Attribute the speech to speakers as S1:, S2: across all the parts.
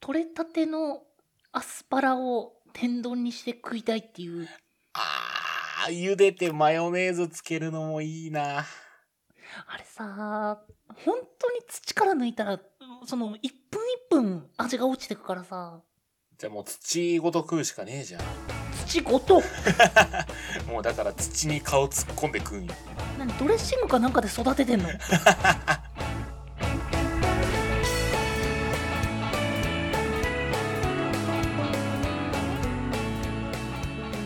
S1: 取れたてのアスパラを天丼にして食いたいっていう。
S2: あー、茹でてマヨネーズつけるのもいいな。
S1: あれさ、本当に土から抜いたら、その、一分一分味が落ちてくからさ、
S2: じゃあもう土ごと食うしかねえじゃ
S1: 土ごと、
S2: ん。 もうだから土に顔突っ込んで食うんよ。
S1: 何、ドレッシングかなんかで育ててんの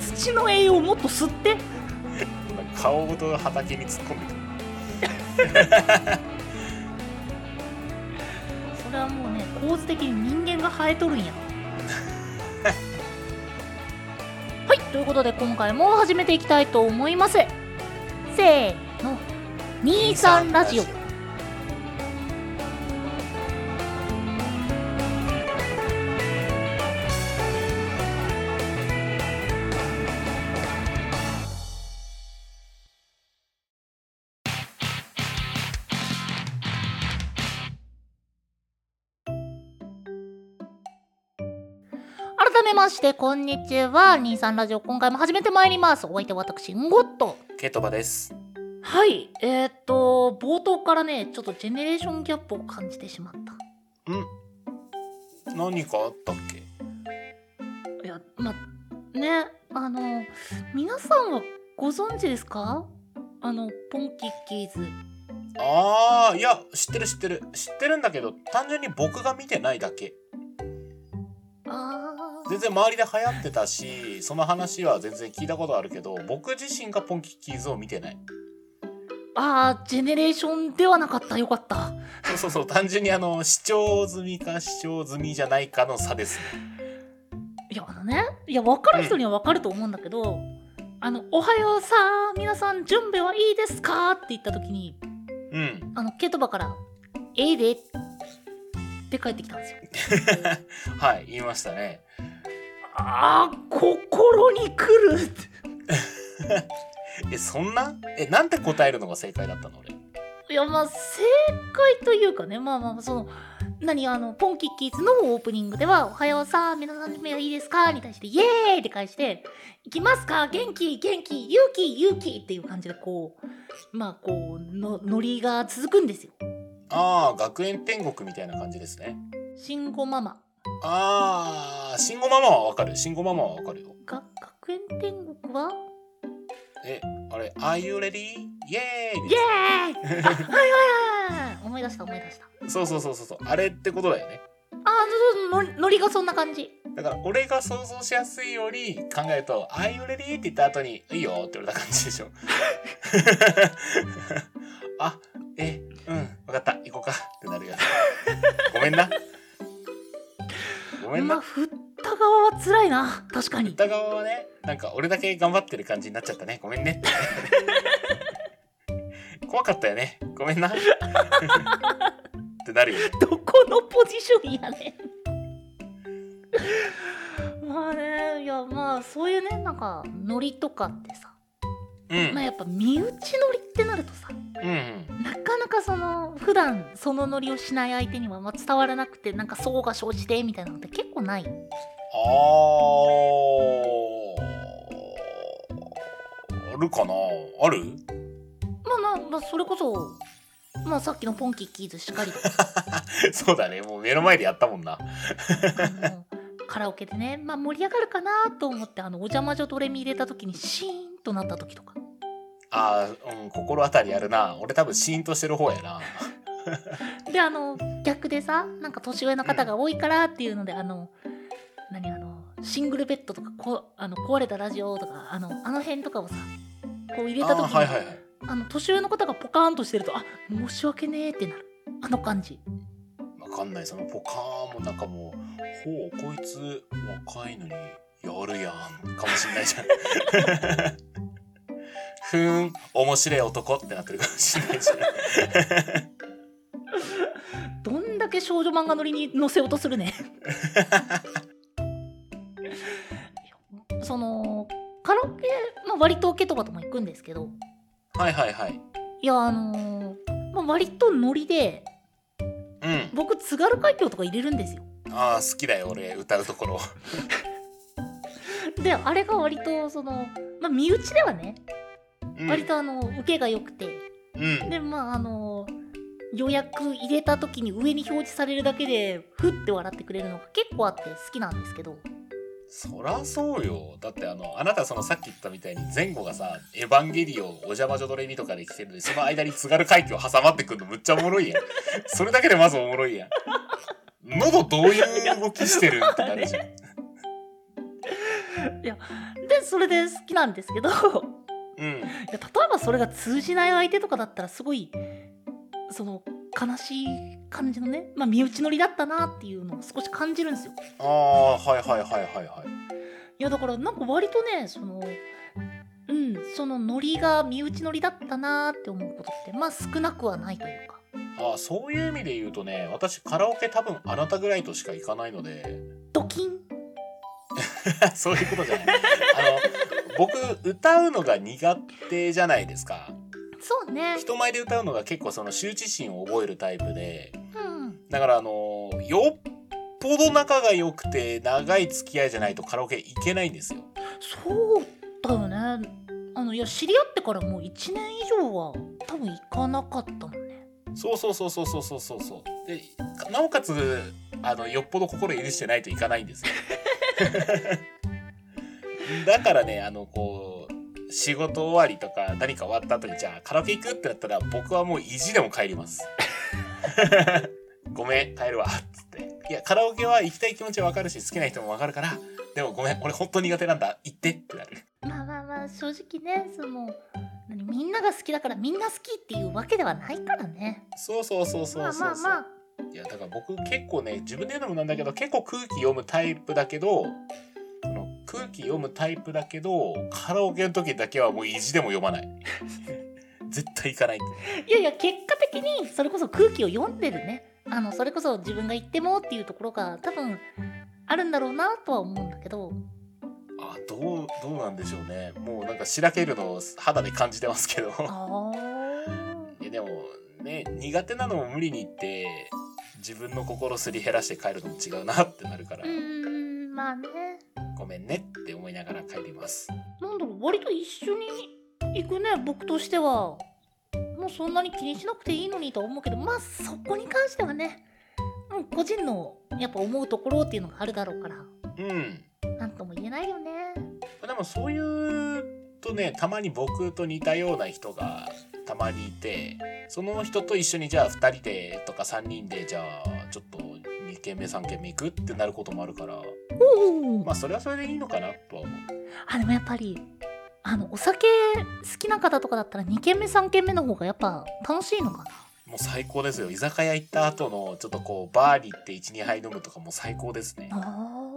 S1: 土の栄養もっと吸って
S2: 顔ごと畑に突っ込んでくる。
S1: それはもうね構図的に人間が生えとる んやはいということで今回も始めていきたいと思いますせーの23ラジオ改めましてこんにちは23ラジオ今回も始めてまいりますお相手は私んごっと
S2: ケトバです。
S1: はいえー、っと冒頭からねちょっとジェネレーションギャップを感じてしまった
S2: 何かあったっけ
S1: いやまあねあの皆さんはご存知ですかあのポンキッキーズ
S2: あー、いや、知ってる知ってる。知ってるんだけど、単純に僕が見てないだけ。
S1: あー
S2: 全然周りで流行ってたし、その話は全然聞いたことあるけど、僕自身がポンキッキーズを見てない。
S1: あージェネレーションではなかったよかった
S2: そうそうそう、単純にあの、視聴済みか視聴済みじゃないかの差ですね。
S1: いやあのねいや分かる人には分かると思うんだけど、あの「おはようさん皆さん準備はいいですか?」って言った時に
S2: うん。
S1: あのケトバから「ええで」って帰ってきたんですよ
S2: はい、言いましたね。
S1: あー心に来るって
S2: え、そんなえ、なんて答えるのが正解だったの俺。
S1: いやまあ正解というかねまあまあまあその何あのポンキッキーズのオープニングでは「おはようさん皆さん準備はいいですか?」に対して「イエーイ!」って返して「行きますか元気元気勇気勇気!」っていう感じでこうまあこうのノリが続くんですよ
S2: ああ、学園天国みたいな感じですね。
S1: 慎吾ママ
S2: ああ、慎吾ママはわかる。慎吾ママはわかるよ。
S1: が学園天国は
S2: え、あれ、Are you ready? イエーイ
S1: 「イエーイ!」あはいはいはいはい思い出した思い出した
S2: そうそうそうそうそう。あれってことだよね。
S1: あーそうそうノリノリがそんな感じ
S2: だから俺が想像しやすいように考えると「あいよれり」って言った後に「いいよ」って言われた感じでしょあえうん分かった行こうかってなるよごめんなごめん
S1: まあ
S2: な
S1: 振った側は辛いな確かに
S2: 歌側はねなんか俺だけ頑張ってる感じになっちゃったねごめんね 怖かったよねごめんなってなるよね
S1: どこのポジションやねん。まあねいやまあそういうねなんかノリとかってさ、
S2: うん
S1: まあやっぱ身内ノリってなるとさ
S2: うんうん
S1: なかなかその普段そのノリをしない相手にはまあ伝わらなくてなんか相が生じてみたいなのって結構ない
S2: あーあるかなある
S1: まあまあまあそれこそまあさっきのポンキッキーズしかりと か
S2: そうだねもう目の前でやったもんな
S1: あのカラオケでね、まあ、盛り上がるかなと思ってあのお邪魔女ドレミ入れた時にシーンとなった時とか
S2: あー、うん、心当たりあるな俺多分シーンとしてる方やな
S1: であの逆でさなんか年上の方が多いからっていうので、あの何あのシングルベッドとかこあの壊れたラジオとかあのあの辺とかをさこう入れた
S2: あー
S1: 時にあ、
S2: はいはいはい
S1: の年上の方がポカーンとしてるとあ申し訳ねーってなるあの感じ
S2: わかんないそのポカーンもなんかもうほうこいつ若いのにやるやんかもしんないじゃんふーん面白い男ってなってるかもしんないじゃん
S1: どんだけ少女漫画乗りに乗せようとする ねいやそのカラオケ、まあ、割とケとかとも行くんですけど
S2: はいはいはい
S1: いやあのーまあ、割とノリで
S2: うん
S1: 僕津軽海峡とか入れるんですよ
S2: ああ好きだよ俺歌うところ
S1: であれが割とその、まあ、身内ではね、
S2: うん
S1: 割とあの受けが良くて
S2: うん
S1: でまああの予約入れた時に上に表示されるだけでふって笑ってくれるのが結構あって好きなんですけど
S2: そらそうよだってあのあなたそのさっき言ったみたいに前後がさ「エヴァンゲリオン」「お邪魔女ドレミ」とかで来てるのにその間に津軽海峡挟まってくるのむっちゃおもろいやんそれだけでまずおもろいやん喉どういう動きしてるってなるじゃん
S1: でそれで好きなんですけど い
S2: うん
S1: や例えばそれが通じない相手とかだったらすごいその悲しい感じのね、まあ、身内乗りだったなっていうのを少し感じるんですよ。
S2: ああはいはいはいはいはい
S1: いやだからなんか割とねそのうんそのノリが身内ノリだったなーって思うことってまあ少なくはないというか
S2: ああそういう意味で言うとね私カラオケ多分あなたぐらいとしか行かないので
S1: ドキン
S2: そういうことじゃないあの僕歌うのが苦手じゃないですか
S1: そうね
S2: 人前で歌うのが結構その羞恥心を覚えるタイプで
S1: うん
S2: だからあのよっぽど仲が良くて長い付き合いじゃないとカラオケ行けないんですよ
S1: そうだよねあのいや知り合ってからもう1年以上は多分行かなかったもんね
S2: そうそうそうそうそうそうそうそうでなおかつあのよっぽど心許してないといかないんですよ だからねあのこう仕事終わりとか何か終わった後にじゃあカラオケ行くってなったら僕はもう意地でも帰ります ごめん帰るわっつっていやカラオケは行きたい気持ちはわかるし好きな人もわかるからでもごめん俺本当苦手なんだ行ってってなる
S1: まあまあまあ正直ねその何みんなが好きだからみんな好きっていうわけではないからね
S2: そうそうそうそうそうそう
S1: まあまあまあ
S2: いやだから僕結構ね自分で言うのもなんだけど結構空気読むタイプだけどその空気読むタイプだけどカラオケの時だけはもう意地でも読まない絶対行かないって
S1: いやいや結果的にそれこそ空気を読んでるねあのそれこそ自分が言ってもっていうところが多分あるんだろうなとは思うんだけど
S2: あどうどうなんでしょうねもうなんかしらけるのを肌で感じてますけど
S1: あ
S2: いやでもね苦手なのも無理に言って自分の心すり減らして帰るのも違うなってなるから
S1: うーんまあね
S2: ごめんねって思いながら帰ります
S1: なんだろう割と一緒に行くね僕としてはもうそんなに気にしなくていいのにとは思うけどまあそこに関してはねもう個人のやっぱ思うところっていうのがあるだろうから
S2: うん
S1: なんとも言えないよね
S2: まあでもそういうとねたまに僕と似たような人がたまにいてその人と一緒にじゃあ2人でとか3人でじゃあちょっと2軒目3軒目行くってなることもあるから
S1: おお
S2: まあそれはそれでいいのかなとは思う
S1: あでもやっぱりあのお酒好きな方とかだったら2軒目3軒目の方がやっぱ楽しいのかな
S2: もう最高ですよ居酒屋行った後のちょっとこうバーに行って12杯飲むとかもう最高ですね
S1: あ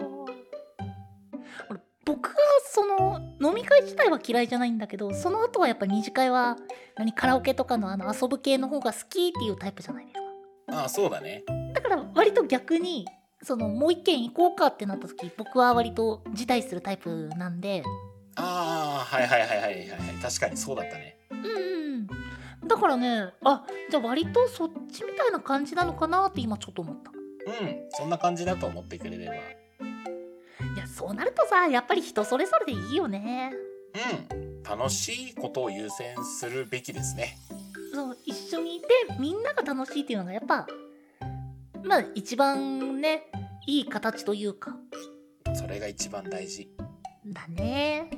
S1: 俺僕はその飲み会自体は嫌いじゃないんだけどその後はやっぱ二次会は何カラオケとかのあの遊ぶ系の方が好きっていうタイプじゃないです
S2: ああそうだね
S1: かだから割と逆にそのもう一軒行こうかってなった時僕は割と辞退するタイプなんで
S2: ああはいはいはいはいはいはい確かにそうだったね
S1: うんうんだからねあじゃあ割とそっちみたいな感じなのかなって今ちょっと思った
S2: うんそんな感じだと思ってくれれば
S1: いやそうなるとさやっぱり人それぞれでいいよね
S2: うん楽しいことを優先するべきですね
S1: そう一緒にいてみんなが楽しいっていうのがやっぱまあ一番ねいい形というか
S2: それが一番大事。
S1: だね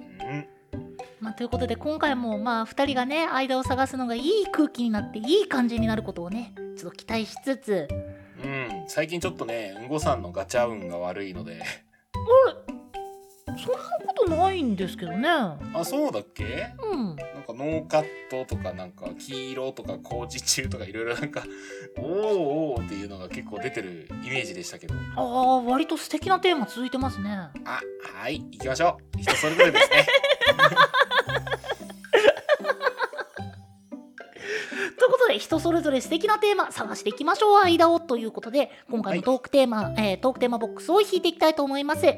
S2: う、ん。
S1: まあ、ということで今回もまあ2人がね間を探すのがいい空気になっていい感じになることをねちょっと期待しつつ
S2: うん。最近ちょっとね、うんごさんのガチャ運が悪いので。
S1: そんなことないんですけどね
S2: あ、そうだっけ
S1: うん
S2: なんかノーカットとかなんか黄色とか工事中とかいろいろなんか、おーおーっていうのが結構出てるイメージでしたけど。
S1: ああ割と素敵なテーマ続いてますね
S2: あ、はい、行きましょう。人それぞれですね。
S1: ということで人それぞれ素敵なテーマ探していきましょう間をということで今回のトークテーマ、えートークテーマボックスを引いていきたいと思います。まあ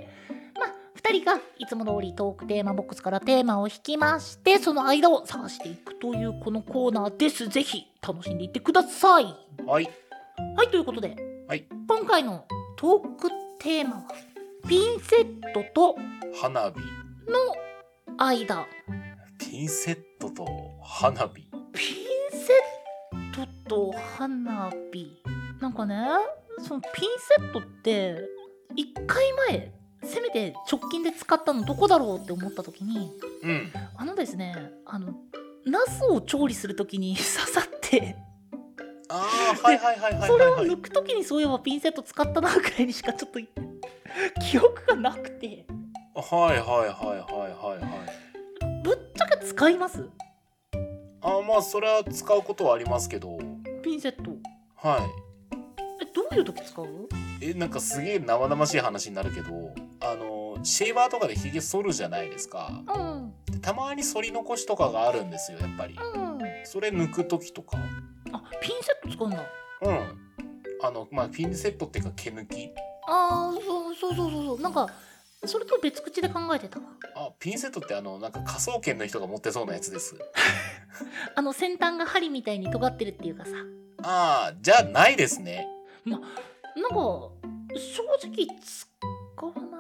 S1: 2人がいつも通りトークテーマボックスからテーマを引きましてその間を探していくというこのコーナーです。ぜひ楽しんでいってください。
S2: はい。
S1: はいということで、
S2: はい
S1: 今回のトークテーマはピンセットと
S2: 花火
S1: の間
S2: ピンセットと花火
S1: ピンセットと花火なんかねそのピンセットって1回前せめて直近で使ったのどこだろうって思った時に
S2: うん
S1: あのですねあのナスを調理する時に 刺さって
S2: ああはいはいはいはい
S1: そ
S2: は
S1: れ
S2: い
S1: を
S2: はい
S1: 抜く時にそういえばピンセット使ったなくらいにしかちょっと記憶がなくて
S2: はいはいはいはいはいはい
S1: ぶっちゃけ使います
S2: あーまあそれは使うことはありますけど
S1: ピンセット
S2: は
S1: えどういう時使う
S2: いえなんかすげえ生々しい話になるけどあのシェーバーとかでひげ剃るじゃないですか
S1: うん
S2: でたまに剃り残しとかがあるんですよやっぱり
S1: うん
S2: それ抜く時とか
S1: あピンセット使うんだ
S2: うんあのまあピンセットっていうか毛抜き
S1: あーそうそうそうそうそうなんかそれと別口で考えてたわ
S2: あピンセットってあのなんか科捜研の人が持ってそうなやつです
S1: あの先端が針みたいに尖ってるっていうかさ
S2: ああじゃあないですね
S1: なんか正直使わな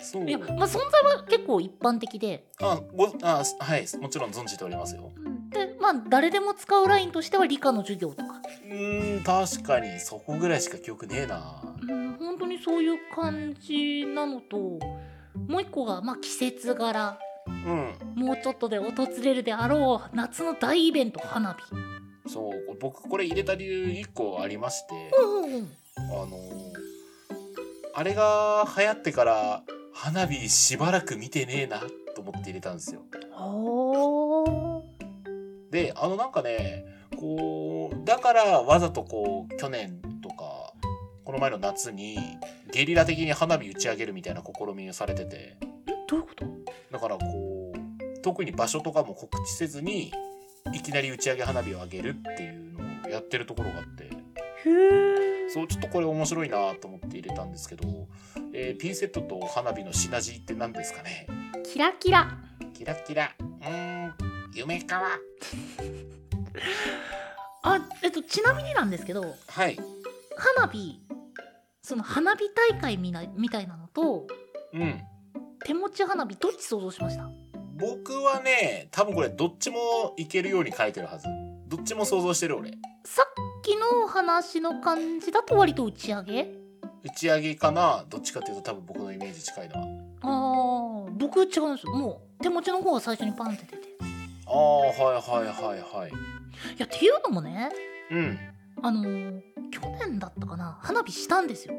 S1: い
S2: そう
S1: いやまあ存在は結構一般的で、
S2: あごあはいもちろん存じておりますよ
S1: でまあ誰でも使うラインとしては理科の授業とか
S2: うーん確かにそこぐらいしか記憶ねえな
S1: うん本当にそういう感じなのともう一個がまあ季節柄
S2: うん
S1: もうちょっとで訪れるであろう夏の大イベント花火
S2: そう僕これ入れた理由1個ありまして
S1: うんうんうん
S2: あのーあれが流行ってから花火しばらく見てねえなと思って入れたんですよ
S1: ほー
S2: であのなんかねこうだからわざとこう去年とかこの前の夏にゲリラ的に花火打ち上げるみたいな試みをされてて
S1: んどういうこと
S2: だからこう特に場所とかも告知せずにいきなり打ち上げ花火を上げるっていうのをやってるところがあって
S1: へえ
S2: そうちょっとこれ面白いなと思って入れたんですけど、えーピンセットと花火のシナジーって何ですかね
S1: キラキラ
S2: キラキラうーん夢かわ
S1: あえっとちなみになんですけど
S2: はい
S1: 花火その花火大会みなみたいなのと
S2: うん
S1: 手持ち花火どっち想像しました
S2: 僕はね多分これどっちもいけるように書いてるはずどっちも想像してる俺
S1: さっきの話の感じだと割と打ち上げ
S2: 打ち上げかなどっちかっていうと多分僕のイメージ近いのは
S1: あー僕違うんですよもう手持ちの方が最初にパンって出てい
S2: ああはいはいはいはい
S1: やっていうのもね
S2: うん
S1: あのー去年だったかな花火したんですよ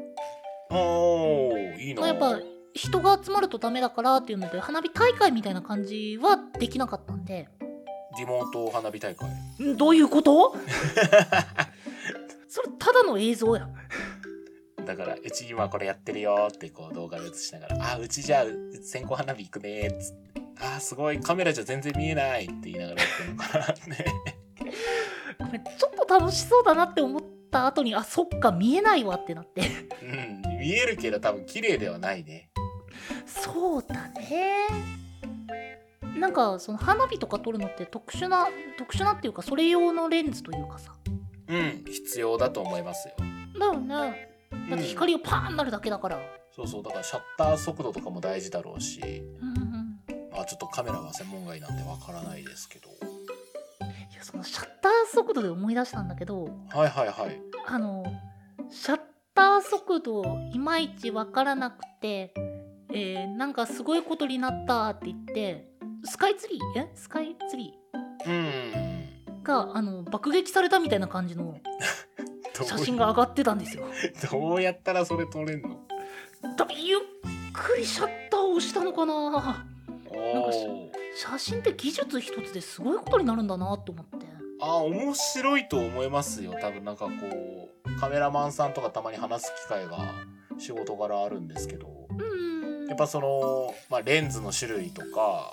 S2: おーいい
S1: ま
S2: な
S1: あやっぱ人が集まるとダメだからっていうので花火大会みたいな感じはできなかったんで
S2: リモート花火大会
S1: んどういうこと それただの映像や
S2: だからうち今これやってるよーってこう動画で映しながら「あうちじゃあう線香花火行くね」っつって「あーすごいカメラじゃ全然見えない」って言いながらやってるのかなね
S1: ごめんちょっと楽しそうだなって思った後にあそっか見えないわってなって
S2: うん見えるけど多分綺麗ではないね
S1: そうだねなんかその花火とか撮るのって特殊な特殊なっていうかそれ用のレンズというかさ
S2: うん必要だと思いますよ
S1: だよねだって光がパーンなるだけだから、
S2: そうそうだからシャッター速度とかも大事だろうし
S1: うんうん
S2: まあちょっとカメラは専門外なんでわからないですけど
S1: いやそのシャッター速度で思い出したんだけど
S2: はいはいはい
S1: あのシャッター速度いまいちわからなくて、えーなんかすごいことになったって言ってスカイツリーえスカイツリ
S2: うん
S1: ーがあの爆撃されたみたいな感じの
S2: どう
S1: 写真が上がってたんですよ。
S2: どうやったらそれ撮れんの
S1: 多分ゆっくりシャッターを押したのかな
S2: おー
S1: 写真って技術一つですごいことになるんだなと思って。
S2: あ面白いと思いますよ多分なんかこうカメラマンさんとかたまに話す機会が仕事柄あるんですけど
S1: うん
S2: やっぱその、まあ、レンズの種類とか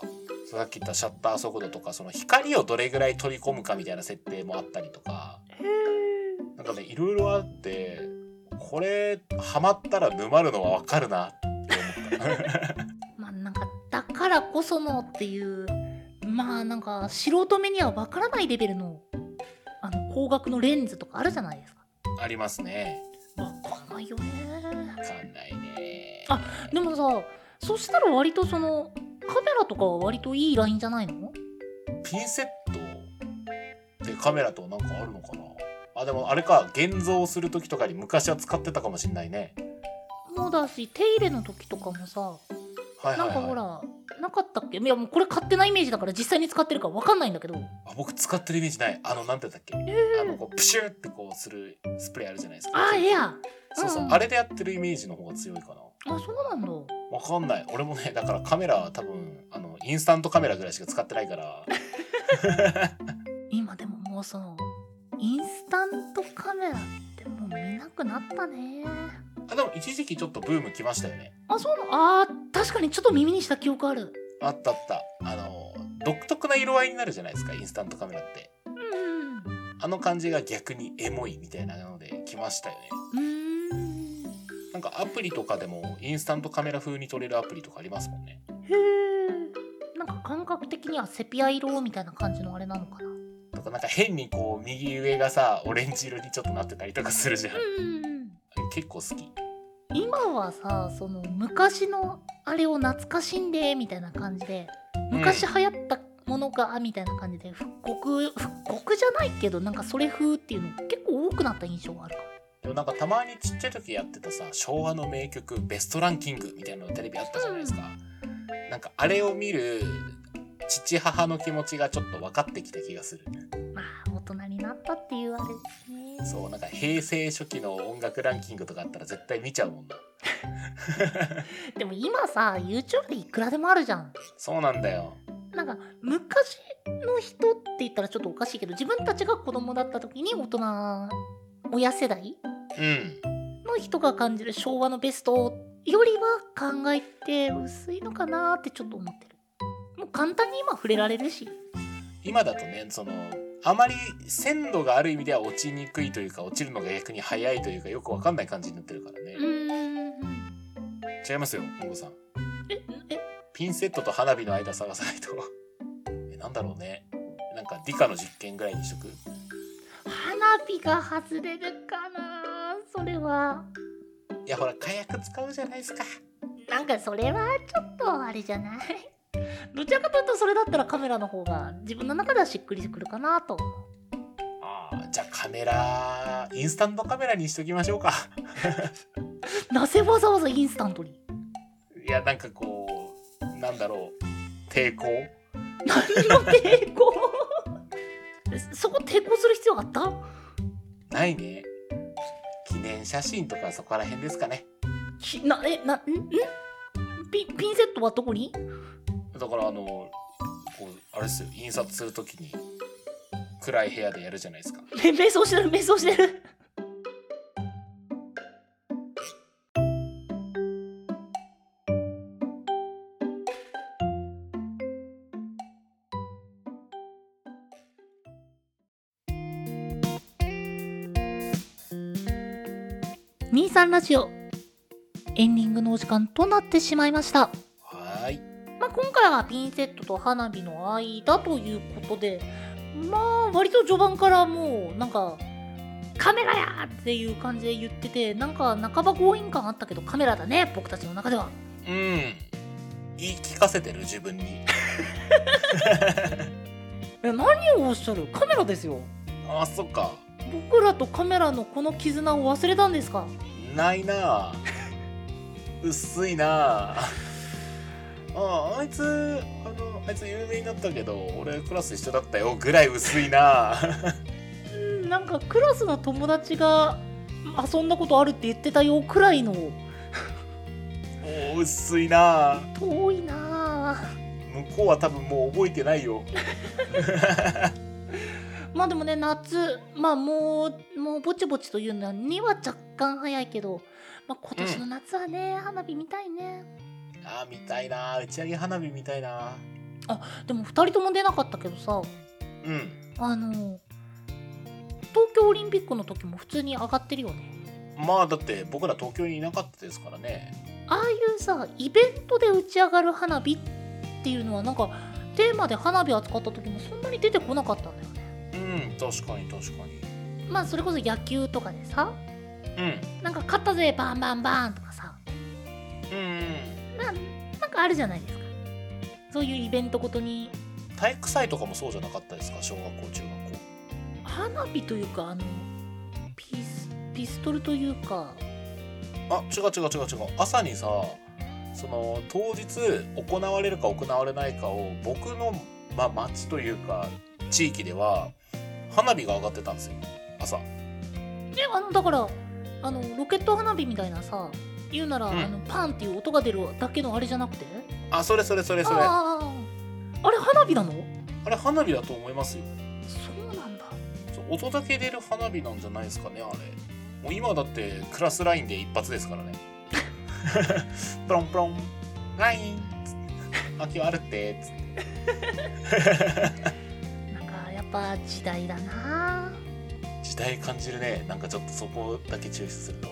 S2: さっき言ったシャッター速度とかその光をどれぐらい取り込むかみたいな設定もあったりとか
S1: へー
S2: なんかねいろいろあってこれハマったら沼るのはわかるなって思った。
S1: まあなんかだからこそのっていうまあなんか素人目にはわからないレベルのあの光学のレンズとかあるじゃないですか。
S2: ありますね。
S1: わかんないよね。
S2: かんないね
S1: あでもさそしたら割とそのカメラとかは割といいラインじゃないの
S2: ピンセットってカメラとなんかあるのかなあでもあれか現像する時とかに昔は使ってたかもしんないね
S1: もうだし手入れの時とかもさ
S2: はい
S1: な
S2: は
S1: ん
S2: い、
S1: かほ
S2: はい、
S1: らなかったっけいやもうこれ勝手なイメージだから実際に使ってるかわかんないんだけど
S2: あ僕使ってるイメージないあのなんて言ったっけ
S1: え
S2: あの
S1: ー、
S2: こうプシューってこうするスプレーあるじゃないですか
S1: あエア
S2: そうそう、
S1: うん
S2: あれでやってるイメージの方が強いかな
S1: あそうなんだ
S2: わかんない俺もねだからカメラは多分あのインスタントカメラぐらいしか使ってないから
S1: 今でももうそのインスタントカメラってもう見なくなったね
S2: あでも一時期ちょっとブーム来ましたよね
S1: あそうなのあー確かにちょっと耳にした記憶ある
S2: あったあったあの独特な色合いになるじゃないですかインスタントカメラって
S1: うんうん
S2: あの感じが逆にエモいみたいなので来ましたよね
S1: うんうーん
S2: なんかアプリとかでもインスタントカメラ風に撮れるアプリとかありますもんね
S1: へえんか感覚的にはセピア色みたいな感じのあれなのかなうん
S2: とかなんか変にこう右上がさオレンジ色にちょっとなってたりとかするじゃん
S1: うんうん
S2: 結構好き
S1: 今はさその昔のあれを懐かしんでみたいな感じで
S2: うん
S1: 昔流行ったものがみたいな感じで復刻復刻じゃないけどなんかそれ風っていうの結構多くなった印象があるか
S2: でもなんかたまにちっちゃい時やってたさ昭和の名曲ベストランキングみたいなのテレビあったじゃないですか、なんかあれを見る父母の気持ちがちょっと分かってきた気がする
S1: まあ大人になったっていうあれですね
S2: そうなんか平成初期の音楽ランキングとかあったら絶対見ちゃうもんな
S1: でも今さ YouTube でいくらでもあるじゃん
S2: そうなんだよ
S1: なんか昔の人って言ったらちょっとおかしいけど自分たちが子供だった時に大人親世代
S2: うん
S1: の人が感じる昭和のベストよりは考えて薄いのかなってちょっと思ってるもう簡単に今触れられるし
S2: 今だとねそのあまり鮮度がある意味では落ちにくいというか落ちるのが逆に早いというかよく分かんない感じになってるからね
S1: う、ーん
S2: 違いますよもごさん
S1: ええ
S2: ピンセットと花火の間探さないと えなんだろうねなんか理科の実験ぐらいにしとく
S1: 花火が外れるかなそれはい
S2: やほら火薬使うじゃないですか
S1: なんかそれはちょっとあれじゃない どちらかというとそれだったらカメラの方が自分の中ではしっくりくるかなと思う
S2: あーじゃあカメラインスタントカメラにしときましょうか
S1: なぜわざわざインスタント に
S2: いやなんかこうなんだろう抵抗
S1: 何の抵抗そこ抵抗する必要あった
S2: ないね記念写真とかそこら辺ですかね
S1: きなえなんんピンピンセットはどこに
S2: だからあのこうあれですよ印刷するときに暗い部屋でやるじゃないですか
S1: め 瞑想してる瞑想してる兄さんラジオエンディングのお時間となってしまいました
S2: はーい
S1: まあ、今回はピンセットと花火の間ということでまあ割と序盤からもうなんかカメラやっていう感じで言っててなんか半ば強引感あったけどカメラだね僕たちの中では
S2: うん言い聞かせてる自分に
S1: え何をおっしゃるカメラですよ
S2: あそっか
S1: 僕らとカメラのこの絆を忘れたんですか
S2: ないな あ薄いなああああいつあのあいつ有名になったけど俺クラス一緒だったよぐらい薄いなあ
S1: うんなんかクラスの友達が遊んだことあるって言ってたよくらいの
S2: もう薄いなあ
S1: 遠いなあ
S2: 向こうは多分もう覚えてないよ
S1: まあでもね夏まあもうもうぼちぼちというのには若干早いけど、まあ、今年の夏はね、花火見たいね
S2: ああ見たいなあ打ち上げ花火見たいなあ
S1: でも2人とも出なかったけどさ
S2: うん
S1: あの東京オリンピックの時も普通に上がってるよね
S2: まあだって僕ら東京にいなかったですからね
S1: ああいうさイベントで打ち上がる花火っていうのはなんかテーマで花火扱った時もそんなに出てこなかったんだよね
S2: うん確かに確かに
S1: まあそれこそ野球とかでさ
S2: うん
S1: なんか買ったぜバンバンバンとかさ
S2: うんうん
S1: ななんかあるじゃないですかそういうイベントごとに
S2: 体育祭とかもそうじゃなかったですか小学校中学校
S1: 花火というかあのピスピストルというか
S2: あ違う違う違う違う朝にさその当日行われるか行われないかを僕の、まあ、町というか地域では花火が上がってたんですよ朝
S1: えあのだからあのロケット花火みたいなさ言うなら、
S2: うん
S1: あのパンっていう音が出るだけのあれじゃなくて
S2: あそれそれそれ
S1: あ
S2: それあ
S1: ああれ花火なの
S2: れ花火だと思いますよ
S1: そうなんだ
S2: そう音だけ出る花火なんじゃないですかねあれもう今はだってクラスラインで一発です からねプロンプロンラインつって秋はあるってつって
S1: なんかやっぱ時代だな
S2: 時代感じるねなんかちょっとそこだけ抽出すると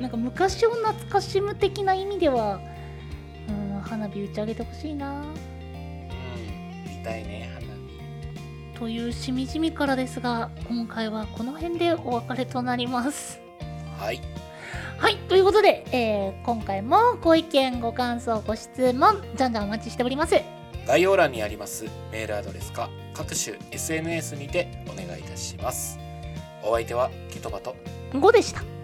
S1: なんか昔を懐かしむ的な意味ではうん花火打ち上げてほしいな
S2: うん見たいね花
S1: というしみじみからですが今回はこの辺でお別れとなります
S2: 火はい
S1: はい、ということで、えー今回もご意見、ご感想、ご質問、じゃんじゃんお待ちしております。
S2: 概要欄にありますメールアドレスか各種 SNS にてお願いいたしますお相手はケトバと
S1: 5でした。